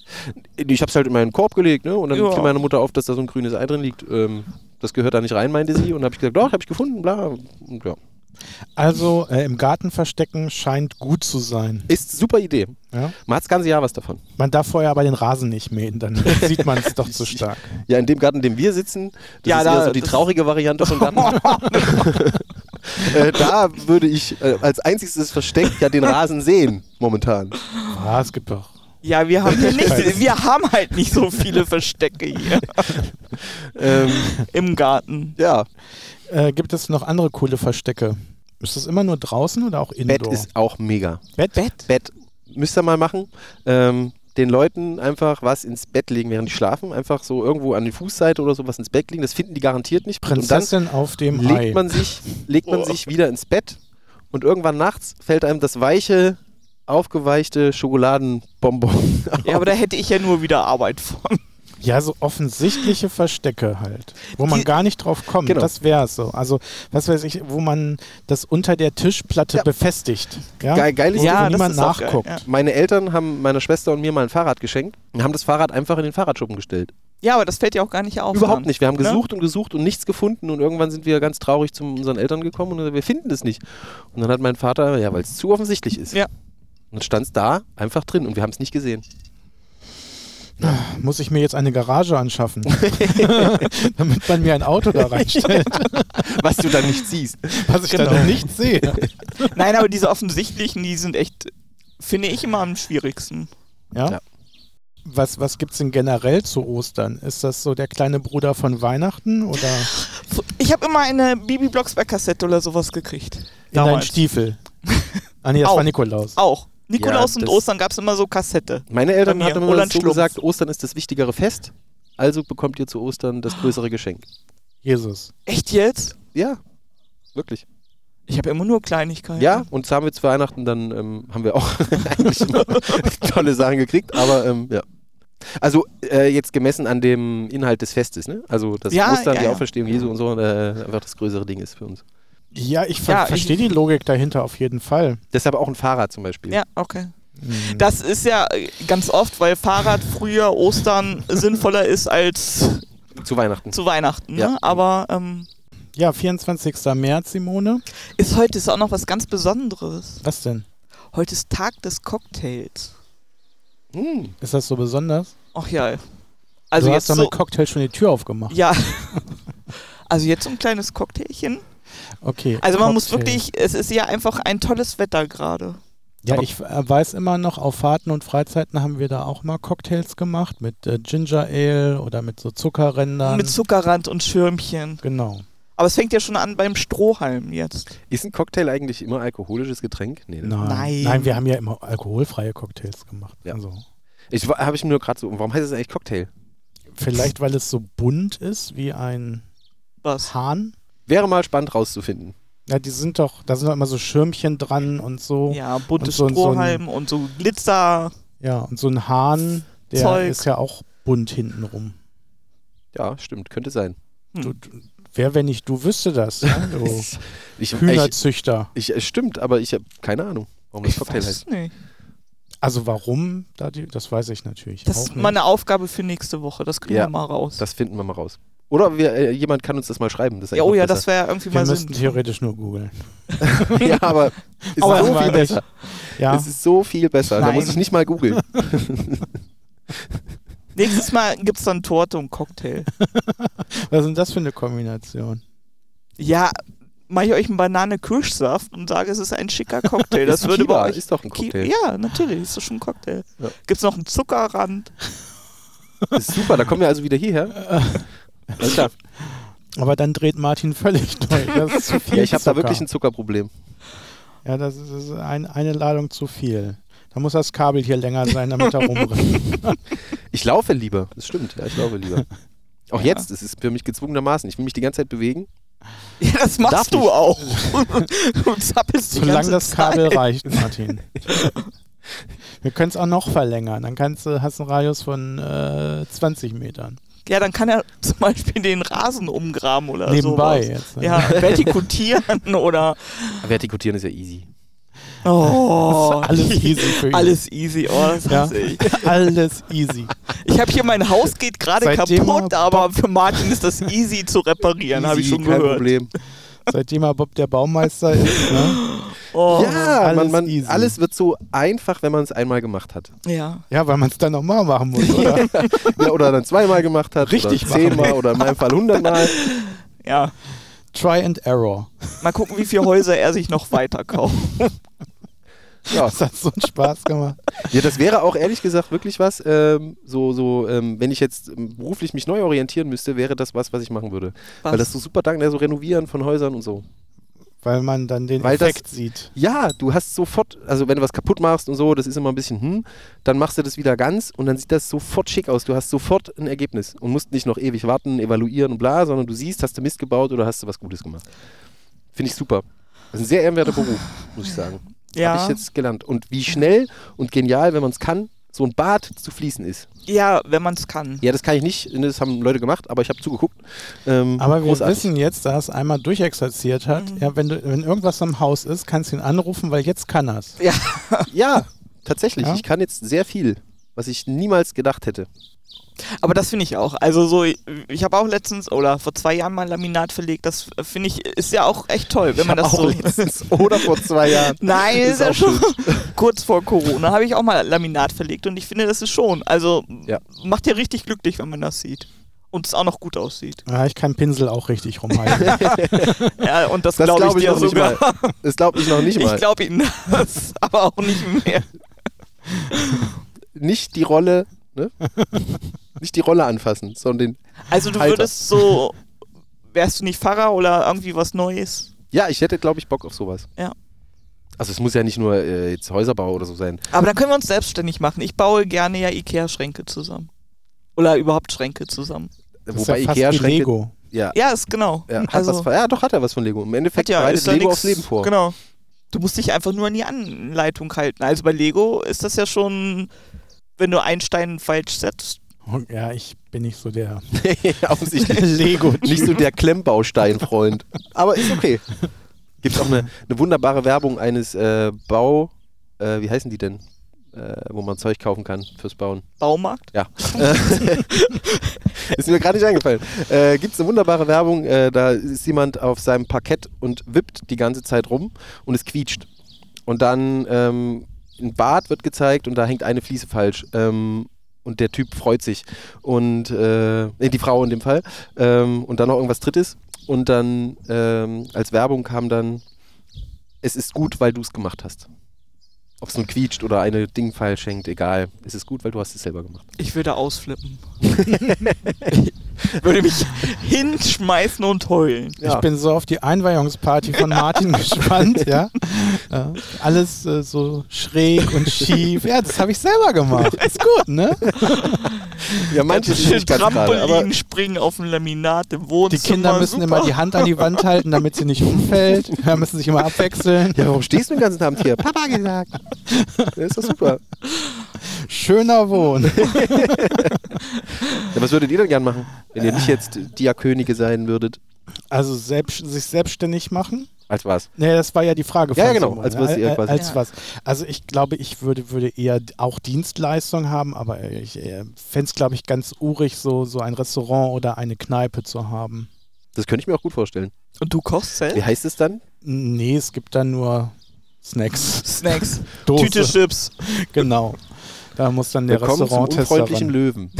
Speaker 2: Ich habe es halt in meinen Korb gelegt, ne? Und dann
Speaker 3: Ja.
Speaker 2: fiel meine Mutter auf, dass da so ein grünes Ei drin liegt. Ähm, das gehört da nicht rein, meinte sie. Und habe ich gesagt, doch, habe ich gefunden, bla. Und ja.
Speaker 1: Also, äh, im Garten verstecken scheint gut zu sein.
Speaker 2: Ist super Idee.
Speaker 1: Ja?
Speaker 2: Man hat das ganze Jahr was davon.
Speaker 1: Man darf vorher aber den Rasen nicht mähen, dann sieht man es doch zu stark.
Speaker 2: Ja, in dem Garten, in dem wir sitzen, das
Speaker 3: Ja,
Speaker 2: ist
Speaker 3: da-
Speaker 2: eher so die
Speaker 3: das-
Speaker 2: traurige Variante von Garten. äh, da würde ich äh, als einziges Versteck ja den Rasen sehen, momentan.
Speaker 1: Ah, es gibt doch.
Speaker 3: Ja, wir haben hier
Speaker 1: Scheiße.
Speaker 3: nicht, wir haben halt nicht so viele Verstecke hier
Speaker 2: Ähm,
Speaker 3: im Garten.
Speaker 2: ja,
Speaker 1: Äh, gibt es noch andere coole Verstecke? Ist das immer nur draußen oder auch indoor?
Speaker 2: Bett ist auch mega.
Speaker 1: Bett?
Speaker 2: Bett müsst ihr mal machen. Ähm, den Leuten einfach was ins Bett legen, während die schlafen. Einfach so irgendwo an die Fußseite oder so was ins Bett legen. Das finden die garantiert nicht. Und dann
Speaker 1: Prinzessin auf dem Ei.
Speaker 2: legt man sich, legt man
Speaker 3: Oh.
Speaker 2: sich wieder ins Bett und irgendwann nachts fällt einem das weiche, aufgeweichte Schokoladenbonbon.
Speaker 3: Ja, aber da hätte ich ja nur wieder Arbeit von.
Speaker 1: Ja, so offensichtliche Verstecke halt, wo man
Speaker 3: Die-
Speaker 1: gar nicht drauf kommt.
Speaker 2: Genau.
Speaker 1: Das wäre es so. Also, was weiß ich, wo man das unter der Tischplatte
Speaker 2: Ja.
Speaker 1: befestigt. Ja?
Speaker 2: Geil, geiles
Speaker 1: wo,
Speaker 3: Ja,
Speaker 1: wo
Speaker 3: das
Speaker 1: niemand
Speaker 3: ist auch geil,
Speaker 1: nachguckt.
Speaker 3: ja.
Speaker 2: Meine Eltern haben meiner Schwester und mir mal ein Fahrrad geschenkt und haben das Fahrrad einfach in den Fahrradschuppen gestellt.
Speaker 3: Ja, aber das fällt ja auch gar nicht auf.
Speaker 2: Überhaupt
Speaker 3: dann.
Speaker 2: nicht. Wir haben
Speaker 3: Ne?
Speaker 2: gesucht und gesucht und nichts gefunden und irgendwann sind wir ganz traurig zu unseren Eltern gekommen und gesagt, wir finden es nicht. Und dann hat mein Vater, ja, weil es zu offensichtlich ist.
Speaker 3: Ja.
Speaker 2: Und dann stand es da einfach drin und wir haben es nicht gesehen.
Speaker 1: Muss ich mir jetzt eine Garage anschaffen, damit man mir ein Auto da reinstellt,
Speaker 2: Was du dann nicht siehst.
Speaker 1: was ich
Speaker 3: Genau.
Speaker 1: dann nicht sehe.
Speaker 3: Nein, aber diese offensichtlichen, die sind echt, finde ich immer am schwierigsten.
Speaker 1: Ja?
Speaker 2: Ja.
Speaker 1: Was, was gibt es denn generell zu Ostern? Ist das so der kleine Bruder von Weihnachten oder
Speaker 3: Ich habe immer eine Bibi Blocksberg-Kassette oder sowas gekriegt.
Speaker 1: in deinen
Speaker 3: Damals.
Speaker 1: Stiefel? Ah nee, das
Speaker 3: Auch.
Speaker 1: war Nikolaus.
Speaker 3: Auch. Nikolaus
Speaker 2: Ja,
Speaker 3: und
Speaker 2: das-
Speaker 3: Ostern gab es immer so Kassette.
Speaker 2: Meine Eltern
Speaker 3: Bei mir.
Speaker 2: hatten immer
Speaker 3: Oder
Speaker 2: das
Speaker 3: ein
Speaker 2: so
Speaker 3: Schlumpf.
Speaker 2: gesagt, Ostern ist das wichtigere Fest, also bekommt ihr zu Ostern
Speaker 3: Ah.
Speaker 2: das größere Geschenk.
Speaker 1: Jesus.
Speaker 3: Echt jetzt?
Speaker 2: Ja, wirklich.
Speaker 3: Ich habe immer nur Kleinigkeiten.
Speaker 2: Ja, und das haben wir zu Weihnachten, dann ähm, haben wir auch eigentlich immer tolle Sachen gekriegt, aber ähm, ja. Also äh, jetzt gemessen an dem Inhalt des Festes, ne? Also dass
Speaker 3: Ja,
Speaker 2: Ostern,
Speaker 3: ja,
Speaker 2: die
Speaker 3: ja.
Speaker 2: Auferstehung Jesu und so äh, einfach das größere Ding ist für uns.
Speaker 1: Ja, ich ver
Speaker 3: Ja, ich-
Speaker 1: verstehe die Logik dahinter auf jeden Fall.
Speaker 2: Deshalb auch ein Fahrrad zum Beispiel.
Speaker 3: Ja, okay.
Speaker 1: Mhm.
Speaker 3: Das ist ja äh, ganz oft, weil Fahrrad früher Ostern sinnvoller ist als
Speaker 2: Zu Weihnachten.
Speaker 3: zu Weihnachten. Ne?
Speaker 2: Ja.
Speaker 3: Aber ähm,
Speaker 1: Ja, 24. März, Simone.
Speaker 3: ist heute ist auch noch was ganz Besonderes.
Speaker 1: Was denn?
Speaker 3: Heute ist Tag des Cocktails.
Speaker 2: Hm.
Speaker 1: Ist das so besonders?
Speaker 3: Ach ja. Also
Speaker 1: du hast
Speaker 3: jetzt
Speaker 1: doch
Speaker 3: so,
Speaker 1: mit Cocktail schon die Tür aufgemacht.
Speaker 3: ja. Also jetzt so ein kleines Cocktailchen.
Speaker 1: Okay.
Speaker 3: Also man muss
Speaker 1: Cocktail.
Speaker 3: wirklich, es ist ja einfach ein tolles Wetter gerade.
Speaker 1: Ja,
Speaker 2: Aber-
Speaker 1: ich äh, weiß immer noch, auf Fahrten und Freizeiten haben wir da auch mal Cocktails gemacht mit äh, Ginger Ale oder mit so Zuckerrändern.
Speaker 3: Mit Zuckerrand und Schirmchen.
Speaker 1: genau.
Speaker 3: Aber es fängt ja schon an beim Strohhalm jetzt.
Speaker 2: Ist ein Cocktail eigentlich immer alkoholisches Getränk? Nee, ne?
Speaker 1: Nein.
Speaker 3: Nein.
Speaker 1: Nein, wir haben ja immer alkoholfreie Cocktails gemacht.
Speaker 2: Ja.
Speaker 1: Also,
Speaker 2: Ich habe ich mir nur gerade so, warum heißt es eigentlich Cocktail?
Speaker 1: vielleicht, weil es so bunt ist wie ein
Speaker 3: Was?
Speaker 1: Hahn.
Speaker 2: Wäre mal spannend rauszufinden.
Speaker 1: Ja, die sind doch, da sind doch immer so Schirmchen dran und so.
Speaker 3: Ja, bunte
Speaker 1: Und so ein- so ein-
Speaker 3: Strohhalm und so Glitzer.
Speaker 1: Ja, und so ein Hahn, der
Speaker 3: Zeug.
Speaker 1: ist ja auch bunt hintenrum.
Speaker 2: Ja, stimmt, könnte sein.
Speaker 1: Du, du, wer, wenn nicht du, wüsste das? Ja, du
Speaker 2: Ich, ich,
Speaker 1: Hühnerzüchter.
Speaker 2: ich, es stimmt, aber ich habe keine Ahnung, warum das
Speaker 3: Ich
Speaker 2: Cocktail
Speaker 3: weiß
Speaker 2: heißt.
Speaker 3: es nicht.
Speaker 1: Also warum? Da die, das weiß ich natürlich
Speaker 3: Das
Speaker 1: auch
Speaker 3: ist
Speaker 1: nicht.
Speaker 3: meine Aufgabe für nächste Woche. Das kriegen
Speaker 2: Ja.
Speaker 3: wir mal raus.
Speaker 2: Das finden wir mal raus. Oder wir, äh, jemand kann uns das mal schreiben. Das ist
Speaker 3: ja, oh
Speaker 2: eigentlich
Speaker 3: ja,
Speaker 2: noch
Speaker 3: das wäre irgendwie
Speaker 1: wir
Speaker 3: mal
Speaker 1: müssten
Speaker 3: Sinn.
Speaker 1: theoretisch nur googeln.
Speaker 2: besser. ja, aber es ist
Speaker 1: Aber
Speaker 2: so
Speaker 1: haben wir
Speaker 2: viel
Speaker 1: nicht.
Speaker 2: besser.
Speaker 1: Ja,
Speaker 2: Es ist so viel besser. Da
Speaker 3: Nein.
Speaker 2: muss ich nicht mal googeln.
Speaker 3: Nächstes Mal gibt's dann Torte und Cocktail.
Speaker 1: was ist denn das für eine Kombination?
Speaker 3: Ja, mache ich euch einen Banane-Kirschsaft und sage, es ist ein schicker Cocktail. Das
Speaker 2: Ist
Speaker 3: würde
Speaker 2: Kiba,
Speaker 3: bei euch.
Speaker 2: ist doch ein
Speaker 3: Ki-
Speaker 2: Cocktail.
Speaker 3: Ja, natürlich, ist doch schon ein Cocktail.
Speaker 2: Ja.
Speaker 3: Gibt's noch einen Zuckerrand?
Speaker 2: Ist super, da kommen wir also wieder hierher. Alles klar.
Speaker 1: Aber dann dreht Martin völlig durch. Das ist zu viel
Speaker 2: Ja, ich habe da
Speaker 1: Zucker.
Speaker 2: wirklich ein Zuckerproblem.
Speaker 1: Ja, das ist das ist ein, eine Ladung zu viel. Da muss das Kabel hier länger sein, damit er rumrennt.
Speaker 2: Ich laufe lieber. Das stimmt. Ja, ich laufe lieber. Auch
Speaker 3: Ja.
Speaker 2: jetzt, es ist für mich gezwungenermaßen. Ich will mich die ganze Zeit bewegen.
Speaker 3: Ja, das
Speaker 2: Darf
Speaker 3: machst du
Speaker 2: nicht.
Speaker 3: auch. du zappelst die
Speaker 1: Solange
Speaker 3: ganze
Speaker 1: das Kabel
Speaker 3: Zeit.
Speaker 1: reicht, Martin. Wir können es auch noch verlängern. Dann kannst du, hast einen Radius von äh, 20 Metern.
Speaker 3: Ja, dann kann er zum Beispiel den Rasen umgraben oder
Speaker 1: Nebenbei
Speaker 3: Äh, sowas.
Speaker 1: jetzt. ne?
Speaker 3: Ja, vertikutieren oder.
Speaker 2: Vertikutieren ist ja easy.
Speaker 3: Oh,
Speaker 1: Alles easy für ihn.
Speaker 3: Alles easy, oh, das
Speaker 1: Ja.
Speaker 3: hasse ich.
Speaker 1: Alles easy.
Speaker 3: Ich habe hier mein Haus geht gerade
Speaker 1: Seitdem
Speaker 3: kaputt,
Speaker 1: er-
Speaker 3: aber für Martin ist das easy zu reparieren, habe ich
Speaker 2: Easy,
Speaker 3: schon
Speaker 2: kein
Speaker 3: gehört.
Speaker 2: Problem.
Speaker 1: Seitdem er Bob der Baumeister ist. Ne?
Speaker 3: Oh.
Speaker 2: ja,
Speaker 1: alles
Speaker 2: man, man,
Speaker 1: easy.
Speaker 2: alles wird so einfach, wenn man es einmal gemacht hat.
Speaker 3: Ja.
Speaker 1: Ja, weil man es dann nochmal machen muss, oder?
Speaker 2: Ja, oder dann zweimal gemacht hat.
Speaker 1: Richtig
Speaker 2: oder zehnmal
Speaker 1: machen.
Speaker 2: oder in meinem Fall hundertmal.
Speaker 3: Ja.
Speaker 1: Try and Error.
Speaker 3: Mal gucken, wie viele Häuser er sich noch weiter kauft.
Speaker 2: Ja.
Speaker 1: Das hat so einen Spaß gemacht.
Speaker 2: Ja, das wäre auch ehrlich gesagt wirklich was. Ähm, so, so, ähm, wenn ich jetzt ähm, beruflich mich neu orientieren müsste, wäre das was, was ich machen würde.
Speaker 3: Was?
Speaker 2: Weil das so super dankbar, so renovieren von Häusern und so.
Speaker 1: Weil man dann den
Speaker 2: Weil das-
Speaker 1: Effekt sieht.
Speaker 2: Ja, du hast sofort, also wenn du was kaputt machst und so, das ist immer ein bisschen, hm, dann machst du das wieder ganz und dann sieht das sofort schick aus. Du hast sofort ein Ergebnis und musst nicht noch ewig warten, evaluieren und bla, sondern du siehst, hast du Mist gebaut oder hast du was Gutes gemacht. Finde ich super. Das ist ein sehr ehrenwerter Beruf, muss ich sagen. Habe
Speaker 3: ja.
Speaker 2: ich jetzt gelernt. Und wie schnell und genial, wenn man es kann, so ein Bad zu fließen ist.
Speaker 3: ja, wenn man es kann.
Speaker 2: Ja, das kann ich nicht. Das haben Leute gemacht, aber ich habe zugeguckt. Ähm,
Speaker 1: Aber wir
Speaker 2: großartig.
Speaker 1: wissen jetzt, da er es einmal durchexerziert hat, ja, wenn, du, wenn irgendwas am Haus ist, kannst du ihn anrufen, weil jetzt kann er es.
Speaker 2: Ja, tatsächlich.
Speaker 1: Ja?
Speaker 2: Ich kann jetzt sehr viel, was ich niemals gedacht hätte.
Speaker 3: Aber das finde ich auch. Also so, ich habe auch letztens oder vor zwei Jahren mal ein Laminat verlegt. Das äh, finde ich, ist ja auch echt toll, wenn man das so...
Speaker 2: Oder vor zwei Jahren.
Speaker 3: Nein,
Speaker 2: Ist
Speaker 3: ist ja
Speaker 2: auch
Speaker 3: schon kurz vor Corona habe ich auch mal Laminat verlegt und ich finde, das ist schon. Also
Speaker 2: Ja.
Speaker 3: macht ja richtig glücklich, wenn man das sieht. Und es auch noch gut aussieht.
Speaker 1: Ja, ich kann Pinsel auch richtig rumhalten.
Speaker 3: Ja, und das,
Speaker 2: Das
Speaker 3: glaube ich,
Speaker 2: glaube ich,
Speaker 3: dir
Speaker 2: noch nicht
Speaker 3: sogar.
Speaker 2: mal. Das glaube ich noch nicht
Speaker 3: Ich
Speaker 2: mal.
Speaker 3: glaube Ihnen das, aber auch nicht mehr.
Speaker 2: Nicht die Rolle, ne? nicht die Rolle anfassen, sondern den.
Speaker 3: Also du
Speaker 2: Halter.
Speaker 3: würdest so, wärst du nicht Pfarrer oder irgendwie was Neues?
Speaker 2: Ja, ich hätte, glaube ich, Bock auf sowas.
Speaker 3: Ja.
Speaker 2: Also es muss ja nicht nur äh, jetzt Häuserbau oder so sein.
Speaker 3: Aber dann können wir uns selbstständig machen. Ich baue gerne ja Ikea-Schränke zusammen. Oder überhaupt Schränke zusammen.
Speaker 1: Das ist
Speaker 2: Wobei
Speaker 1: ja fast wie
Speaker 2: Ikea-Schränke.
Speaker 1: Lego.
Speaker 2: Ja,
Speaker 3: Ja, ist genau.
Speaker 2: ja, hat
Speaker 3: also,
Speaker 2: was, von- ja, doch hat er was von Lego. Im Endeffekt
Speaker 3: hat ja,
Speaker 2: bereitet
Speaker 3: ist da
Speaker 2: Lego
Speaker 3: nix-
Speaker 2: aufs Leben vor.
Speaker 3: Genau. Du musst dich einfach nur an die Anleitung halten. Also bei Lego ist das ja schon, wenn du einen Stein falsch setzt.
Speaker 1: Und Ja, ich bin nicht so der
Speaker 2: Offensichtlich.
Speaker 1: Lego.
Speaker 2: Nicht so der Klemmbausteinfreund. Aber ist okay. Gibt auch eine, eine wunderbare Werbung eines äh, Bau. Äh, wie heißen die denn? Äh, wo man Zeug kaufen kann fürs Bauen.
Speaker 3: Baumarkt?
Speaker 2: Ja. Äh, ist mir gerade nicht eingefallen. Äh, Gibt es eine wunderbare Werbung? Äh, da ist jemand auf seinem Parkett und wippt die ganze Zeit rum und es quietscht. Und dann ähm, ein Bad wird gezeigt und da hängt eine Fliese falsch. Ähm, und der Typ freut sich. Und äh, nee, die Frau in dem Fall. Ähm, und dann noch irgendwas Drittes. Und dann ähm, als Werbung kam dann, es ist gut, weil du es gemacht hast. Ob es nun quietscht oder eine Ding falsch hängt, egal. Es ist gut, weil du hast es selber gemacht.
Speaker 3: Ich würde ausflippen. ich würde mich hinschmeißen und heulen.
Speaker 1: Ich bin so auf die Einweihungsparty von Martin gespannt, ja. ja. Alles äh, so schräg und schief. Ja, das habe ich selber gemacht. Ist gut, ne?
Speaker 2: Ja, manche sind
Speaker 3: Schön
Speaker 2: nicht ganz gerade, aber
Speaker 3: Trampolin springen auf dem Laminat im
Speaker 1: Die
Speaker 3: Wohnzimmer.
Speaker 1: Kinder müssen
Speaker 3: super.
Speaker 1: immer die Hand an die Wand halten, damit sie nicht umfällt. Ja, müssen sich immer abwechseln.
Speaker 2: ja, warum stehst du den ganzen Abend hier? Papa gesagt. Ja, ist doch super.
Speaker 1: Schöner Wohn.
Speaker 2: Ja, was würdet ihr denn gern machen, wenn ihr nicht jetzt Diakönige sein würdet?
Speaker 1: Also selbst, sich selbstständig machen.
Speaker 2: Als was?
Speaker 1: Nee, das war ja die Frage
Speaker 2: Ja,
Speaker 1: von
Speaker 2: genau.
Speaker 1: Simon,
Speaker 2: Als
Speaker 1: ne?
Speaker 2: was ihr
Speaker 1: Äh,
Speaker 2: quasi-
Speaker 1: als
Speaker 3: Ja.
Speaker 1: was. Also ich glaube, ich würde, würde eher auch Dienstleistung haben, aber ich äh, fände es, glaube ich, ganz urig, so, so ein Restaurant oder eine Kneipe zu haben.
Speaker 2: Das könnte ich mir auch gut vorstellen.
Speaker 3: Und du kochst
Speaker 2: Wie
Speaker 3: selbst?
Speaker 2: heißt es dann?
Speaker 1: Nee, es gibt dann nur Snacks.
Speaker 3: Snacks.
Speaker 1: Dose.
Speaker 3: Tüte Chips.
Speaker 1: Genau. Da muss dann der
Speaker 2: Willkommen zum
Speaker 1: Restauranttester
Speaker 2: unfreundlichen
Speaker 1: ran.
Speaker 2: Löwen.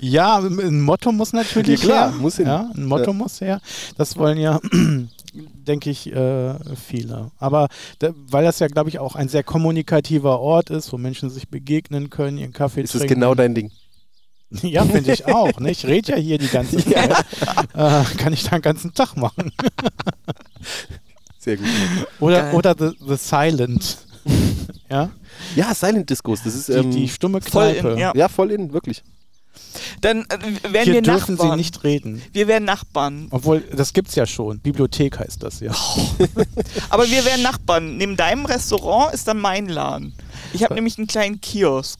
Speaker 1: Ja, ein Motto muss natürlich
Speaker 2: Ja, klar,
Speaker 1: her.
Speaker 2: muss hin.
Speaker 1: Ja, ein Motto
Speaker 2: Ja.
Speaker 1: muss her. Das wollen ja, denke ich, äh, viele. Aber da, weil das ja, glaube ich, auch ein sehr kommunikativer Ort ist, wo Menschen sich begegnen können, ihren Kaffee
Speaker 2: Ist es
Speaker 1: trinken.
Speaker 2: genau dein Ding?
Speaker 1: ja, finde ich auch. Ne? Ich rede ja hier die ganze Zeit. Äh, kann ich da einen ganzen Tag machen.
Speaker 2: Sehr gut.
Speaker 1: Oder,
Speaker 3: Geil.
Speaker 1: oder the, the Silent. ja,
Speaker 2: Ja, Silent Discos. Das ist
Speaker 1: die,
Speaker 2: ähm,
Speaker 1: die stumme
Speaker 3: voll in-
Speaker 1: Kneipe.
Speaker 3: ja.
Speaker 2: ja voll in, wirklich.
Speaker 3: Dann äh, werden
Speaker 1: Hier
Speaker 3: wir
Speaker 1: dürfen
Speaker 3: Nachbarn.
Speaker 1: sie nicht Oh. reden.
Speaker 3: wir werden Nachbarn.
Speaker 1: Obwohl, das gibt's ja schon. Bibliothek heißt das ja.
Speaker 3: Aber wir wären Nachbarn. Neben deinem Restaurant ist dann mein Laden. Ich habe nämlich einen kleinen Kiosk.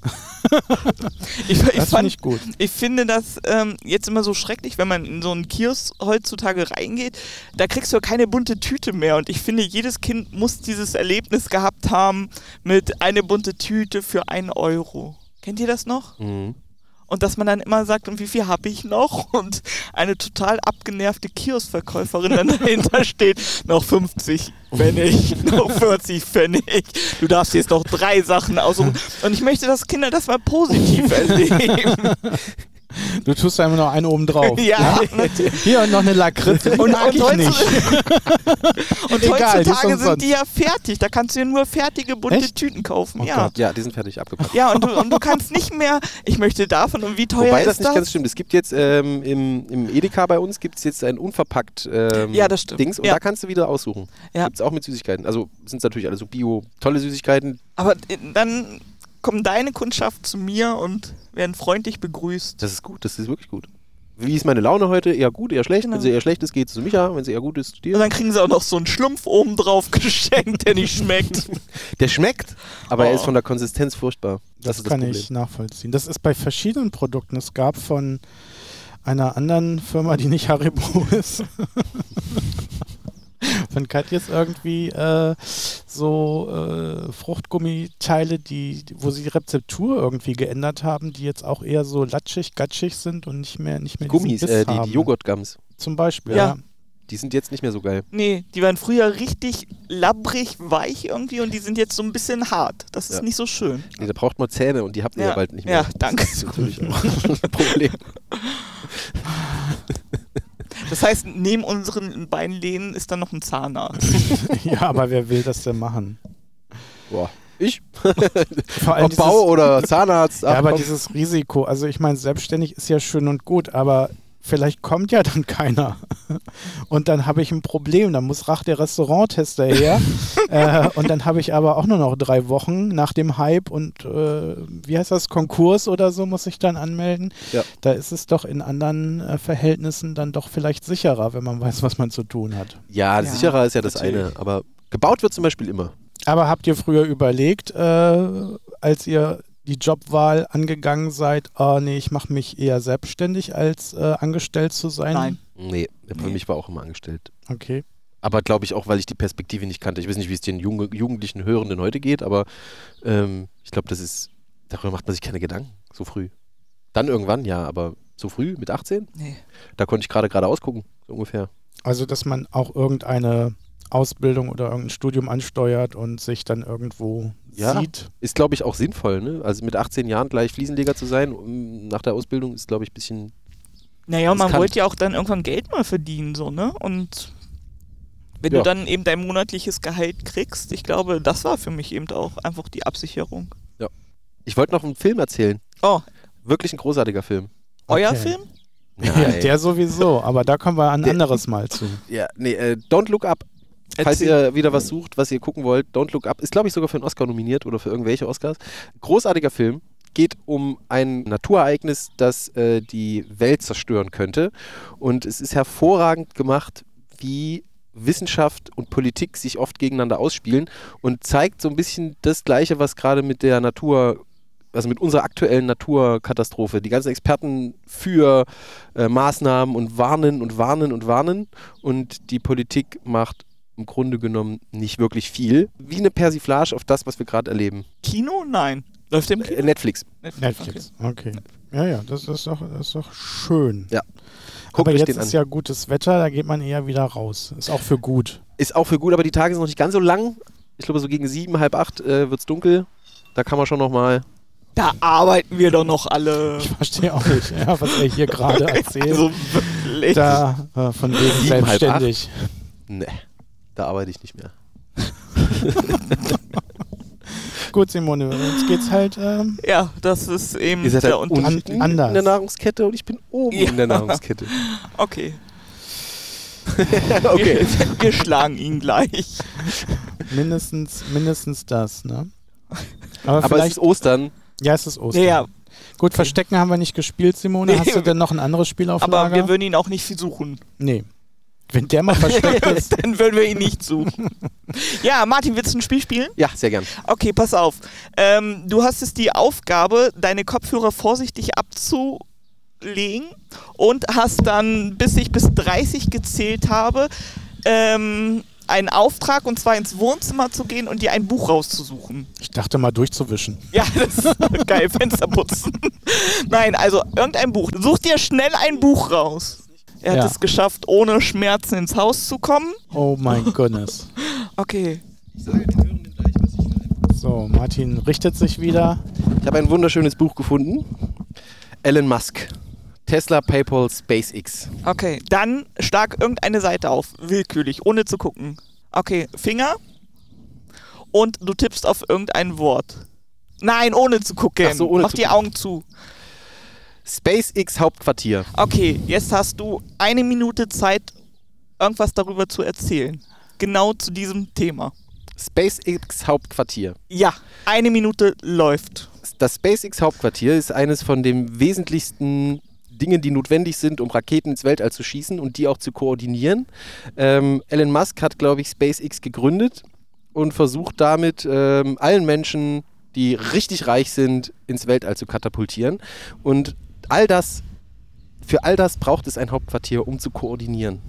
Speaker 3: ich, ich,
Speaker 1: Äh. Das finde
Speaker 3: fand,
Speaker 1: ich
Speaker 3: ich,
Speaker 1: gut.
Speaker 3: finde das ähm, jetzt immer so schrecklich, wenn man in so einen Kiosk heutzutage reingeht. Da kriegst du ja keine bunte Tüte mehr. Und ich finde, jedes Kind muss dieses Erlebnis gehabt haben mit eine bunte Tüte für einen Euro. Kennt ihr das noch?
Speaker 2: Mhm.
Speaker 3: Und dass man dann immer sagt, und wie viel habe ich noch? Und eine total abgenervte Kioskverkäuferin dann dahinter steht, noch 50 Pfennig, noch 40 Pfennig, du darfst jetzt noch drei Sachen aussuchen. Und ich möchte, dass Kinder das mal positiv erleben.
Speaker 1: Du tust da immer noch einen oben drauf.
Speaker 3: Ja.
Speaker 1: Hier und noch eine Lakritze.
Speaker 3: Und-
Speaker 1: mag
Speaker 3: und
Speaker 1: ich
Speaker 3: heutzutage-
Speaker 1: nicht. Egal,
Speaker 3: Und
Speaker 1: die ist
Speaker 3: heutzutage
Speaker 1: umsonst.
Speaker 3: sind die ja fertig. Da kannst du dir nur fertige bunte
Speaker 1: Echt?
Speaker 3: Tüten kaufen.
Speaker 1: Oh
Speaker 3: ja.
Speaker 1: Gott.
Speaker 2: Ja, die sind fertig abgepackt.
Speaker 3: Ja, und du, und du kannst nicht mehr, ich möchte davon und wie teuer
Speaker 2: Wobei das
Speaker 3: ist
Speaker 2: nicht
Speaker 3: das?
Speaker 2: ganz stimmt. Es gibt jetzt ähm, im, im Edeka bei uns gibt es jetzt ein unverpackt ähm,
Speaker 3: Ja, das stimmt.
Speaker 2: Dings und
Speaker 3: Ja.
Speaker 2: da kannst du wieder aussuchen.
Speaker 3: Ja.
Speaker 2: Gibt es auch mit Süßigkeiten. Also sind es natürlich alle so Bio, tolle Süßigkeiten.
Speaker 3: Aber äh, dann kommen deine Kundschaft zu mir und werden freundlich begrüßt.
Speaker 2: Das ist gut, das ist wirklich gut. Wie ist meine Laune heute? Eher gut, eher schlecht.
Speaker 3: Genau.
Speaker 2: Wenn sie eher schlecht ist, geht es zu Micha. Wenn sie eher gut ist, zu
Speaker 3: Und
Speaker 2: dir.
Speaker 3: dann kriegen sie auch noch so einen Schlumpf oben drauf geschenkt, der nicht schmeckt.
Speaker 2: Der schmeckt, aber er
Speaker 3: Oh.
Speaker 2: ist von der Konsistenz furchtbar.
Speaker 1: Das,
Speaker 2: ist
Speaker 1: kann
Speaker 2: Problem.
Speaker 1: ich nachvollziehen. Das ist bei verschiedenen Produkten. Es gab von einer anderen Firma, die nicht Haribo ist. Von Katjes irgendwie äh, so äh, Fruchtgummiteile, die, wo sie die Rezeptur irgendwie geändert haben, die jetzt auch eher so latschig, gatschig sind und nicht mehr nicht mehr diesen
Speaker 2: Gummis,
Speaker 1: Biss
Speaker 2: äh, die,
Speaker 1: haben.
Speaker 2: die Joghurtgums,
Speaker 1: Zum Beispiel,
Speaker 3: Ja.
Speaker 1: ja.
Speaker 2: die sind jetzt nicht mehr so geil.
Speaker 3: Nee, die waren früher richtig labbrig, weich irgendwie und die sind jetzt so ein bisschen hart. Das ist
Speaker 2: Ja.
Speaker 3: nicht so schön.
Speaker 2: Nee, da braucht man Zähne und die habt ihr ja,
Speaker 3: Ja.
Speaker 2: bald nicht mehr.
Speaker 3: Ja, danke.
Speaker 2: Das ist natürlich auch ein Problem.
Speaker 3: Das heißt, neben unseren Beinlehnen ist dann noch ein Zahnarzt.
Speaker 1: ja, aber wer will das denn machen?
Speaker 2: Boah. Ich?
Speaker 1: Vor
Speaker 2: Ob
Speaker 1: dieses-
Speaker 2: Bau oder Zahnarzt?
Speaker 1: Ja,
Speaker 2: ach,
Speaker 1: aber
Speaker 2: komm.
Speaker 1: dieses Risiko, also ich meine, selbstständig ist ja schön und gut, aber vielleicht kommt ja dann keiner. Und dann habe ich ein Problem, dann muss Rach der Restauranttester her. äh, und dann habe ich aber auch nur noch drei Wochen nach dem Hype und äh, wie heißt das, Konkurs oder so muss ich dann anmelden.
Speaker 2: Ja.
Speaker 1: Da ist es doch in anderen äh, Verhältnissen dann doch vielleicht sicherer, wenn man weiß, was man zu tun hat.
Speaker 2: ja,
Speaker 3: Ja,
Speaker 2: sicherer ist ja das
Speaker 3: natürlich.
Speaker 2: eine, aber gebaut wird zum Beispiel immer.
Speaker 1: Aber habt ihr früher überlegt, äh, als ihr die Jobwahl angegangen seid, oh nee, ich mache mich eher selbstständig, als äh, angestellt zu sein?
Speaker 3: Nein.
Speaker 2: Nee, für
Speaker 3: Nee.
Speaker 2: mich war auch immer angestellt.
Speaker 1: Okay.
Speaker 2: Aber glaube ich auch, weil ich die Perspektive nicht kannte. Ich weiß nicht, wie es den Junge- jugendlichen Hörenden heute geht, aber ähm, ich glaube, das ist, darüber macht man sich keine Gedanken, so früh. Dann irgendwann, ja, aber so früh, mit 18,
Speaker 3: Nee.
Speaker 2: da konnte ich gerade gerade ausgucken, so ungefähr.
Speaker 1: Also, dass man auch irgendeine Ausbildung oder irgendein Studium ansteuert und sich dann irgendwo
Speaker 2: Ja.
Speaker 1: sieht.
Speaker 2: Ist, glaube ich, auch sinnvoll, ne? Also mit 18 Jahren gleich Fliesenleger zu sein, um, nach der Ausbildung ist, glaube ich, ein bisschen,
Speaker 3: Naja, und
Speaker 2: Das
Speaker 3: man
Speaker 2: kann-
Speaker 3: wollte ja auch dann irgendwann Geld mal verdienen, so, ne? Und wenn
Speaker 2: Ja.
Speaker 3: du dann eben dein monatliches Gehalt kriegst, ich glaube, das war für mich eben auch einfach die Absicherung.
Speaker 2: ich wollte noch einen Film erzählen.
Speaker 3: Oh,
Speaker 2: Wirklich ein großartiger Film.
Speaker 3: euer
Speaker 1: Okay.
Speaker 3: Film?
Speaker 1: Ja, der sowieso, aber da kommen wir ein anderes Mal zu.
Speaker 2: Ja, nee, äh, Don't Look Up. Falls
Speaker 3: Erzähl.
Speaker 2: ihr wieder was sucht, was ihr gucken wollt, Don't Look Up ist, glaube ich, sogar für einen Oscar nominiert oder für irgendwelche Oscars. Großartiger Film. Geht um ein Naturereignis, das äh, die Welt zerstören könnte. Und es ist hervorragend gemacht, wie Wissenschaft und Politik sich oft gegeneinander ausspielen und zeigt so ein bisschen das Gleiche, was gerade mit der Natur, also mit unserer aktuellen Naturkatastrophe, die ganzen Experten für äh, Maßnahmen und warnen und warnen und warnen und die Politik macht im Grunde genommen nicht wirklich viel. Wie eine Persiflage auf das, was wir gerade erleben.
Speaker 3: Kino? Nein. Läuft im Kino?
Speaker 2: Äh, Netflix.
Speaker 1: Netflix. Okay. Ja, ja, das ist doch, das ist doch schön.
Speaker 2: Ja. Guckt
Speaker 1: aber
Speaker 2: euch
Speaker 1: jetzt
Speaker 2: den an.
Speaker 1: ist ja gutes Wetter, da geht man eher wieder raus. Ist auch für gut.
Speaker 2: Ist auch für gut, aber die Tage sind noch nicht ganz so lang. Ich glaube, so gegen sieben, halb acht äh, wird es dunkel. Da kann man schon nochmal.
Speaker 3: Da arbeiten wir doch noch alle.
Speaker 1: Ich verstehe auch nicht, ja, was er hier gerade erzählt.
Speaker 3: Also wirklich.
Speaker 1: da, äh, von wegen
Speaker 2: Sieben, halb
Speaker 1: selbstständig.
Speaker 2: Ne, da arbeite ich nicht mehr.
Speaker 1: Gut, Simone, uns geht's halt. Ähm,
Speaker 3: Ja, das ist eben
Speaker 1: Hm.
Speaker 2: Ihr seid
Speaker 3: der
Speaker 2: halt
Speaker 3: Unterschied.
Speaker 2: unten
Speaker 1: anders.
Speaker 2: in der Nahrungskette und ich bin oben
Speaker 3: Ja.
Speaker 2: in der Nahrungskette.
Speaker 3: Okay.
Speaker 2: okay.
Speaker 3: Wir, wir schlagen ihn gleich.
Speaker 1: mindestens, mindestens das, ne? Aber,
Speaker 2: Aber es
Speaker 1: vielleicht.
Speaker 2: ist Ostern.
Speaker 1: ja, es ist Ostern.
Speaker 3: Naja,
Speaker 1: Gut, Verstecken haben wir nicht gespielt, Simone.
Speaker 3: Nee,
Speaker 1: Hast du denn noch ein anderes Spiel auf
Speaker 3: aber
Speaker 1: Lager?
Speaker 3: wir würden ihn auch nicht suchen.
Speaker 1: nee. Wenn der mal versteckt ist.
Speaker 3: Dann würden wir ihn nicht suchen. Ja, Martin, willst du ein Spiel spielen?
Speaker 2: Ja, sehr gern.
Speaker 3: Okay, pass auf. Ähm, du hast es die Aufgabe, deine Kopfhörer vorsichtig abzulegen und hast dann, bis ich bis 30 gezählt habe, ähm, einen Auftrag, und zwar ins Wohnzimmer zu gehen und dir ein Buch rauszusuchen.
Speaker 1: Ich dachte mal durchzuwischen.
Speaker 3: Ja, das ist geil, Fenster putzen. Nein, also irgendein Buch. Such dir schnell ein Buch raus. Er hat
Speaker 1: Ja.
Speaker 3: es geschafft, ohne Schmerzen ins Haus zu kommen.
Speaker 1: Oh mein goodness.
Speaker 3: Okay.
Speaker 1: So, Martin richtet sich wieder.
Speaker 2: Ich habe ein wunderschönes Buch gefunden. Elon Musk. Tesla, PayPal, SpaceX.
Speaker 3: Okay, dann schlag irgendeine Seite auf, willkürlich, ohne zu gucken. Okay, Finger und du tippst auf irgendein Wort. Nein, ohne zu gucken.
Speaker 2: Ach so, ohne
Speaker 3: Mach
Speaker 2: zu
Speaker 3: die
Speaker 2: gucken.
Speaker 3: Augen zu.
Speaker 2: SpaceX Hauptquartier.
Speaker 3: Okay, jetzt hast du eine Minute Zeit, irgendwas darüber zu erzählen. Genau zu diesem Thema.
Speaker 2: SpaceX Hauptquartier.
Speaker 3: Ja, eine Minute läuft.
Speaker 2: Das SpaceX Hauptquartier ist eines von den wesentlichsten Dingen, die notwendig sind, um Raketen ins Weltall zu schießen und die auch zu koordinieren. Ähm, Elon Musk hat, glaube ich, SpaceX gegründet und versucht damit ähm, allen Menschen, die richtig reich sind, ins Weltall zu katapultieren. Und all das, für all das braucht es ein Hauptquartier, um zu koordinieren.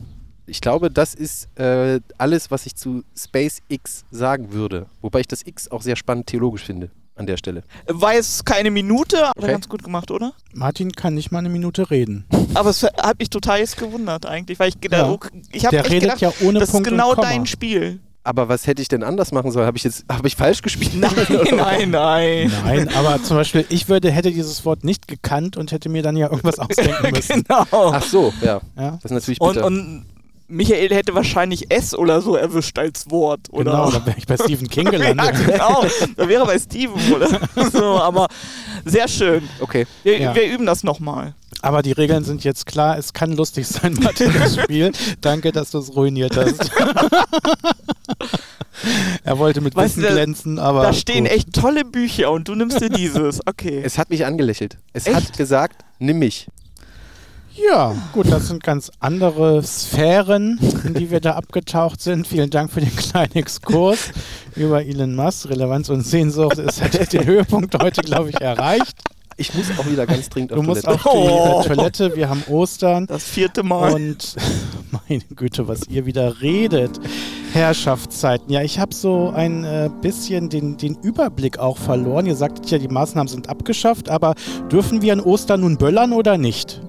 Speaker 2: Ich glaube, das ist äh, alles, was ich zu SpaceX sagen würde. Wobei ich das X auch sehr spannend theologisch finde an der Stelle.
Speaker 3: War jetzt keine Minute, aber
Speaker 2: Okay.
Speaker 3: ganz gut gemacht, oder?
Speaker 1: Martin kann nicht mal eine Minute reden.
Speaker 3: Aber es hat mich total jetzt gewundert eigentlich, weil ich gedacht,
Speaker 1: Ja.
Speaker 3: okay, ich habe
Speaker 1: Der
Speaker 3: echt
Speaker 1: redet
Speaker 3: gedacht,
Speaker 1: ja ohne
Speaker 3: das
Speaker 1: Punkt
Speaker 3: ist genau
Speaker 1: und Komma.
Speaker 3: dein Spiel.
Speaker 2: Aber was hätte ich denn anders machen sollen? Habe ich jetzt, habe ich falsch gespielt?
Speaker 3: Nein, nein, nein.
Speaker 1: Nein, aber zum Beispiel, ich würde, hätte dieses Wort nicht gekannt und hätte mir dann ja irgendwas ausdenken müssen.
Speaker 3: genau.
Speaker 2: Ach so, ja.
Speaker 1: Ja?
Speaker 2: Das ist natürlich
Speaker 3: Und,
Speaker 2: bitter.
Speaker 3: und Michael hätte wahrscheinlich S oder so erwischt als Wort, oder?
Speaker 1: Genau, dann wäre ich bei Stephen King gelandet.
Speaker 3: Ja, genau. Da wäre bei Steven oder so, aber sehr schön.
Speaker 2: okay.
Speaker 3: Wir,
Speaker 1: Ja.
Speaker 3: wir üben das nochmal.
Speaker 1: Aber die Regeln sind jetzt klar. Es kann lustig sein, Martin, das Spiel. Danke, dass du es ruiniert hast. er wollte mit
Speaker 3: Weißt du,
Speaker 1: Wissen
Speaker 3: da-
Speaker 1: glänzen, aber.
Speaker 3: Da stehen
Speaker 1: gut.
Speaker 3: echt tolle Bücher und du nimmst dir dieses. Okay.
Speaker 2: Es hat mich angelächelt. Es
Speaker 3: Echt?
Speaker 2: hat gesagt, nimm mich.
Speaker 1: Ja, gut, das sind ganz andere Sphären, in die wir da abgetaucht sind. Vielen Dank für den kleinen Exkurs über Elon Musk. Relevanz und Sehnsucht ist hat den Höhepunkt heute, glaube ich, erreicht.
Speaker 2: Ich muss auch wieder ganz dringend auf
Speaker 1: Du musst
Speaker 2: Toilette.
Speaker 1: auf die äh,
Speaker 3: Oh.
Speaker 1: Toilette. Wir haben Ostern.
Speaker 3: Das vierte Mal.
Speaker 1: Und meine Güte, was ihr wieder redet. Herrschaftszeiten. Ja, ich habe so ein äh, bisschen den, den Überblick auch verloren. Ihr sagtet ja, die Maßnahmen sind abgeschafft, aber dürfen wir an Ostern nun böllern oder nicht?